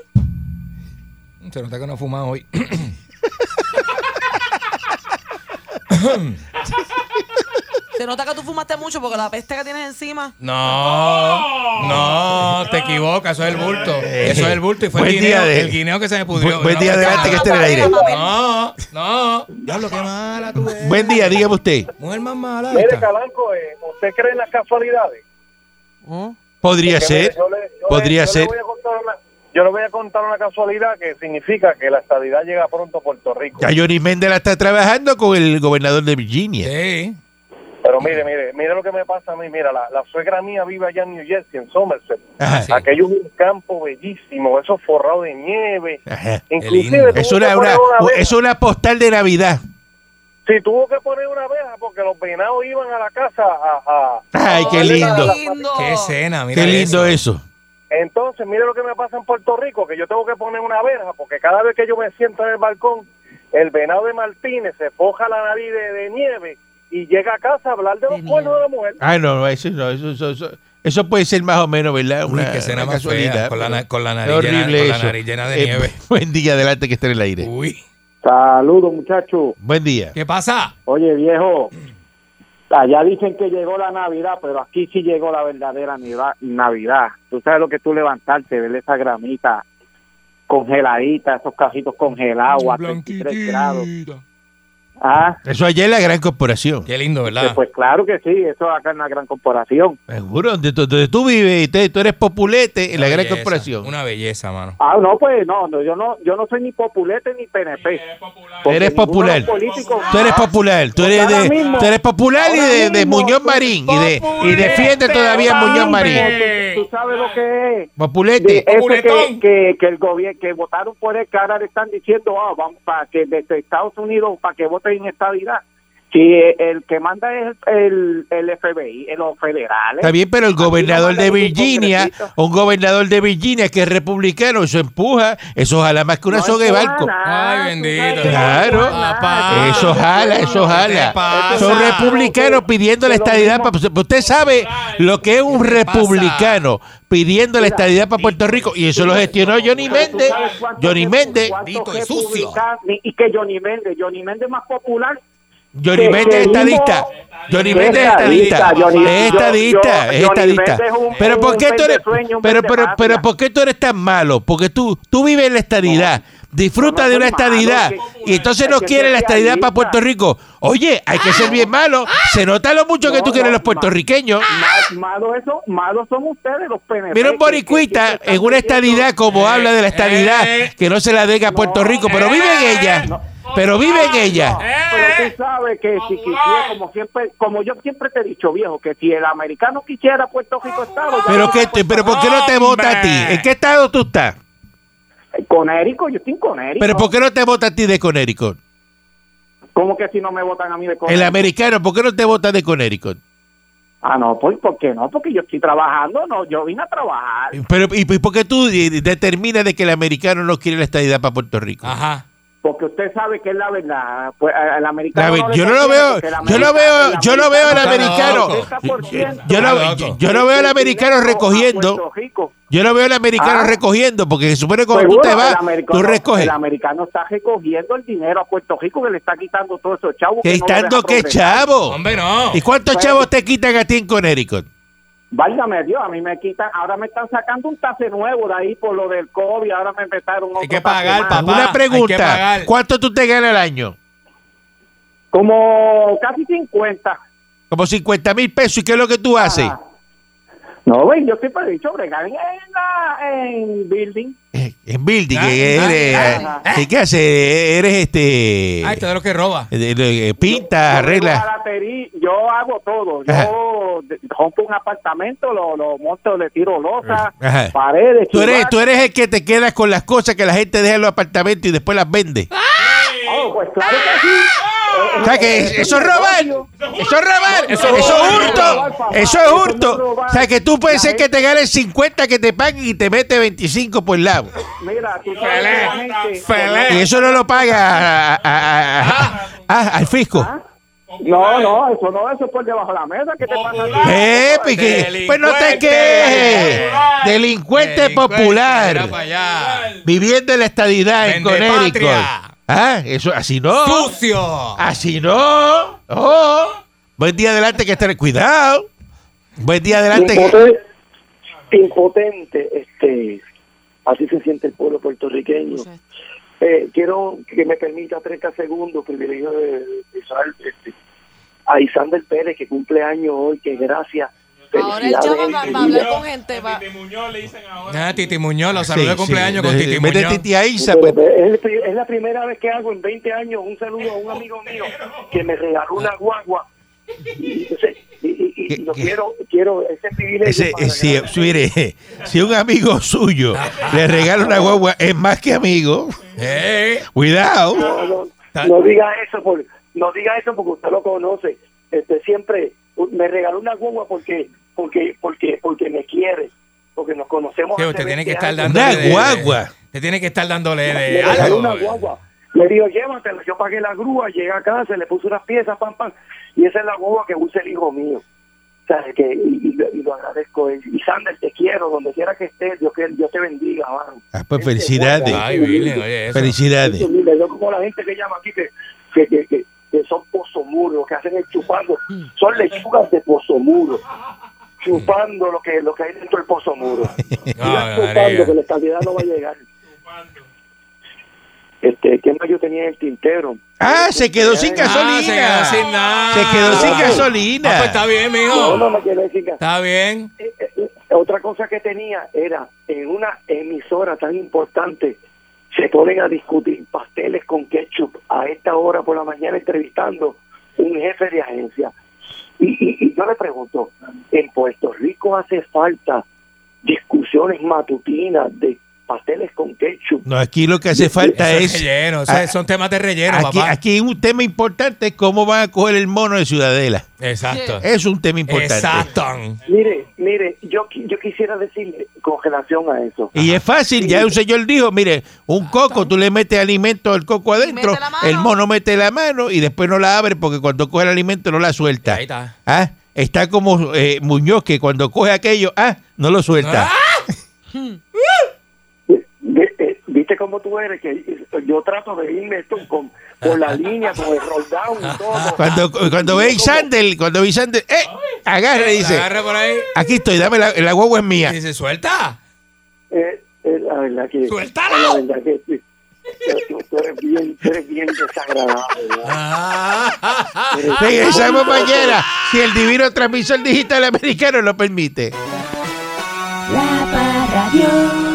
Se nota que no fumado hoy.
Se nota que tú fumaste mucho porque la peste que tienes encima.
No, no, te equivocas, eso es el bulto. Eso es el bulto y fue el
Eh. Buen día
guineo,
de-
el guineo que se me pudrió.
Bu- buen
No,
día,
no,
adelante, que esté en el aire.
Papel, papel.
No, no. Diablo, qué mala tú
<laughs>
eres.
Buen día, dígame usted.
Mujer más mala.
Mire,
esta.
Calanco, eh, ¿usted cree en las casualidades?
Podría
Que mire,
ser.
yo le- yo le- yo
Podría
le
ser.
voy a contar una- Yo le voy a contar una casualidad que significa que la estadidad llega pronto a Puerto Rico.
Ya Johnny Méndez la está trabajando con el gobernador de Virginia.
Sí.
Pero mire, mire, mire lo que me pasa a mí. Mira, la, la suegra mía vive allá en New Jersey, en Somerset.
Ajá.
Sí.
Aquello es un campo bellísimo, eso forrado de nieve.
Ajá.
Inclusive
lindo.
Es
tuvo
una,
que
una-
poner una abeja.
es una postal de Navidad.
Sí, tuvo que poner una abeja porque los venados iban a la casa a... a-
Ay, qué
a-
lindo.
Qué
Oh.
escena, mira
Qué lindo eso.
Entonces, mire lo que me pasa en Puerto Rico, que yo tengo que poner una verja, porque cada vez que yo me siento en el balcón, el venado de Martínez se foja la nariz de, de nieve y llega a casa a hablar de los
De
cuernos de
nieve.
la mujer.
Ah, no, no, eso, no, eso, eso, eso- eso puede ser más o menos, ¿verdad?
Uy, qué escena más fea, con la na-
pero
con la
es
nariz llena- con la nariz llena de nieve.
Eh, <laughs>
Uh.
Buen día, adelante que esté en el aire.
Uy.
Saludos, muchachos.
Buen día.
¿Qué pasa?
Oye, viejo, allá dicen que llegó la Navidad, pero aquí sí llegó la verdadera niva- Navidad. Tú sabes lo que tú levantarte, ver esa gramita congeladita, esos cajitos congelados a 33 grados. Ah,
Eso allá en la gran corporación.
Qué lindo,
Ah.
pues,
¿verdad?
pues claro que sí, eso acá es una gran corporación.
Seguro, donde, tú- donde tú vives y te- tú eres populete en la
Una
gran
belleza,
corporación.
Una belleza, mano.
Ah, no, pues no, no, yo no yo no soy ni populete ni PNP. porque
Eres
ninguno de
popular.
los políticos-
Tú eres popular, tú eres,
Ahora
de,
mismo.
tú eres popular y
Ahora
de, de
mismo,
Muñoz
tú-
Marín. Y, de, y defiende todavía a Muñoz Marín.
Tú, tú sabes lo que es. de
Este,
Populete.
ese que, que, que el gobierno que votaron por él que ahora le están diciendo ah, vamos para que desde Estados Unidos para que voten en estabilidad si eh, el que manda es el, el FBI eh, los federales
Está bien, pero el
Aquí no
gobernador
manda
de
ningún
Virginia,
congresista.
un gobernador de Virginia que es republicano, eso empuja, eso jala más que una
No
soga de
empuja
barco.
nada,
Ay,
tú sabes
bendito.
que no
Claro.
empuja nada. Este
Papá.
Ah,
Este
Eso jala, eso
¿Qué te
jala.
pasa?
Son republicanos pidiendo la
Pero
estadidad
mismo-
para... Usted sabe lo que es un
te pasa?
republicano pidiendo la estadidad para Puerto Rico y eso lo gestionó Johnny
Pero tú
Méndez.
sabes cuántos
Johnny
repu-
Méndez,
cuántos
Dito es sucio.
republicanos- y que Johnny Méndez Johnny Méndez más popular
Johnny
que-
Méndez es
que
estadista.
mismo-
Johnny
que
Méndez es
estadista,
estadista.
Johnny-
Es
yo-
estadista,
yo-
es
Johnny
estadista.
Méndez es un-
Pero
un
¿por qué tú eres
vendesueño, un
pero pero
vendematria.
pero ¿por qué tú eres tan malo? Porque tú tú vives la estadidad. Disfruta
No, no
de una
soy malo,
estadidad
es que-
y entonces
es
no
que
quieres
soy
la estadidad para
realista.
Puerto Rico. Oye, hay que ser bien malo. Se nota lo mucho que
No,
tú quieres
no,
los puertorriqueños.
Más- Malos eso, malos son ustedes los PNP.
Mira un
que- que
boricuita
siempre
en una
están
estadidad como
eh,
habla de la estadidad
eh,
que no se la deja a Puerto Rico, pero vive en ella.
eh, no.
Pero vive en ella.
Pero tú sabes que si quisiera, como siempre, como yo siempre te he dicho, viejo, que si el americano quisiera Puerto Rico estado, ya
Pero
no pues,
que
fuera Puerto
pero ¿por qué no te vota a ti? ¿En qué estado tú estás?
Rico. con Érico, yo estoy con Érico.
Pero ¿por qué no te vota a ti de Connecticut?
¿Cómo que si no me votan a mí de
El
Conérico?
americano, ¿por qué no te vota de Connecticut?
Ah, no, pues, ¿por qué no? Porque yo estoy trabajando, no, yo vine a trabajar.
Pero, ¿Y y por qué tú eh, determinas de que el americano no quiere la estadidad para Puerto Rico?
Ajá.
Porque usted sabe que es la verdad. Pues, a- al
La
americano
ve-
no le
yo no lo
conviene
veo,
porque el
yo no veo,
americano-
yo no veo al
Está
americano.
loco.
Yo no, yo- yo no veo al americano recogiendo. Yo no veo al americano
Ah.
recogiendo, porque se supone que cuando tú
Seguro,
te vas,
el americano-
tú recoges.
El americano está recogiendo el dinero a Puerto Rico que le está quitando todos esos chavos.
Que
no lo deja
estando que
progresar.
chavo.
Hombre, no.
¿Y cuántos
Pues-
chavos te quitan a ti en Connecticut?
Válgame Dios, a mí me quitan, ahora me están sacando un tase nuevo de ahí por lo del COVID, ahora me empezaron otro
Hay que
tase
pagar,
más.
papá.
Una
hay que
pregunta,
pagar.
¿cuánto tú te ganas al año?
Como casi 50.
Como 50 mil pesos, ¿y qué es lo que tú haces?
Ah. No, ven, yo siempre he dicho, bregar en, la- en building.
Eh, En building,
Ah,
que
ah,
eres,
ah,
eh, ¿qué haces? Eres este...
Ay, todo lo que roba.
eh, eh, eh, Pinta,
Yo tengo
arregla.
baratería, Yo hago todo. Yo de- rompo un apartamento, lo, lo monto, le tiro losa,
Ajá.
paredes.
Tú eres,
chivatas.
tú eres el que te quedas con las cosas que la gente deja en los apartamentos y después las vende.
Oh, pues claro que sí. Eh,
O sea que es- eso es robar. Eso es robar. Eso, eso es hurto. Eso es hurto. O sea que tú puedes ser que te ganes 50 que te paguen y te mete 25 por lado.
Mira, tú sabes que la gente-
Y eso no lo paga a- a- a- a- al fisco.
No, no, eso no, eso es por debajo de la mesa. ¿Qué te pasa? a ti?
Eh, pique, pues no te quejes. Delincuente
Mira para
popular.
allá.
Viviendo en la estadidad en
Vende
Connecticut.
patria.
Ah, eso así no.
¡Sucio!
Así no. Oh. Buen día adelante que estar cuidado. Buen día adelante que
Impotente, impotente, este, así se siente el pueblo puertorriqueño. Eh, quiero que me permita 30 segundos, privilegio de, de, de- este, a Isander Pérez, que cumple años hoy, que gracias
Ahora él llama para, para hablar con gente. va-
Ah, Titi Muñoz, lo saludé
Sí,
de cumpleaños
sí.
con Titi
Vete
Muñoz.
Titi a Isa, pues.
Pero Es, el pri- es la primera vez que hago en 20 años un saludo a un amigo mío que me regaló una guagua. Y, entonces, y, y- y-
¿Qué-
y lo
qué?
quiero, quiero ese privilegio.
Ese,
para
eh, si,
regalar.
si- mire, si un amigo suyo le regala una guagua, es más que amigo.
Eh,
No,
Cuidado.
no, no diga eso, por, no diga eso porque usted lo conoce. Este siempre u- me regaló una guagua porque, porque, porque, porque me quiere, porque nos conocemos.
sí,
hace
usted tiene que
20
estar
años.
dándole.
Una
de- de-
guagua.
Usted tiene que estar dándole de
Le regaló
Pues, algo.
una guagua. Le digo, llévatela. Yo pagué la grúa, llegué a casa, le puse unas piezas, pam, pam. Y esa es la guagua que usa el hijo mío. O sea, que, y, y lo- y lo agradezco. Y Sander, te quiero, donde quiera que estés, Dios, que, Dios te bendiga, mano.
Ah, pues felicidades.
Ay, Willy, oye, eso.
Felicidades.
Eso, mira, yo como la gente que llama aquí que, que, que, que, que son pozomuros, que hacen el chupando, son lechugas de pozomuro, chupando lo que, lo que hay dentro del pozomuro. Sigan
María.
chupando, que la estabilidad no va a llegar. Este, ¿Qué más yo tenía en el tintero?
Ah, se quedó sin
Ah, se quedó
gasolina.
sin nada.
Se quedó sin gasolina.
Ah, pues está bien,
No, no
mijo.
me quedé sin gas.
Está bien.
Eh, eh, Otra cosa que tenía era, en una emisora tan importante, se ponen a discutir pasteles con ketchup a esta hora por la mañana entrevistando un jefe de agencia. Y, y- y yo le pregunto, ¿en Puerto Rico hace falta discusiones matutinas de pasteles con ketchup?
No, aquí lo que hace falta
Eso es
es.
relleno, eso es-
Ah,
son temas de relleno,
Aquí,
papá.
aquí un tema importante es cómo van a coger el mono de Ciudadela.
Exacto.
Es un tema importante.
Exacto.
Mire, mire, yo, qui- yo quisiera decirle con relación a eso.
Y es fácil, ya un señor dijo, mire, un coco, tú le metes alimento al coco adentro,
Ah, mete la mano.
el mono mete la mano y después no la abre porque cuando coge el alimento no la suelta.
Ahí está.
Ah, está como eh, Muñoz que cuando coge aquello, ah, no lo suelta.
Ah.
Ve- eh, ¿Viste cómo tú eres? Que yo trato de irme esto con, con la línea, con el roll down y todo.
<laughs> Cuando, cuando ve Xander, cuando ve Xander, eh, agarra y dice,
Agarra por ahí
aquí estoy, dame la, la guagua es
y
mía.
dice, suelta.
Eh, eh, la verdad que...
¡Suéltalo!
La verdad que sí. Tú, tú eres bien, tú eres bien desagradable. ¿verdad?
Ah,
Regresamos mañana, si el divino transmisor digital americano lo permite.
La Parradio.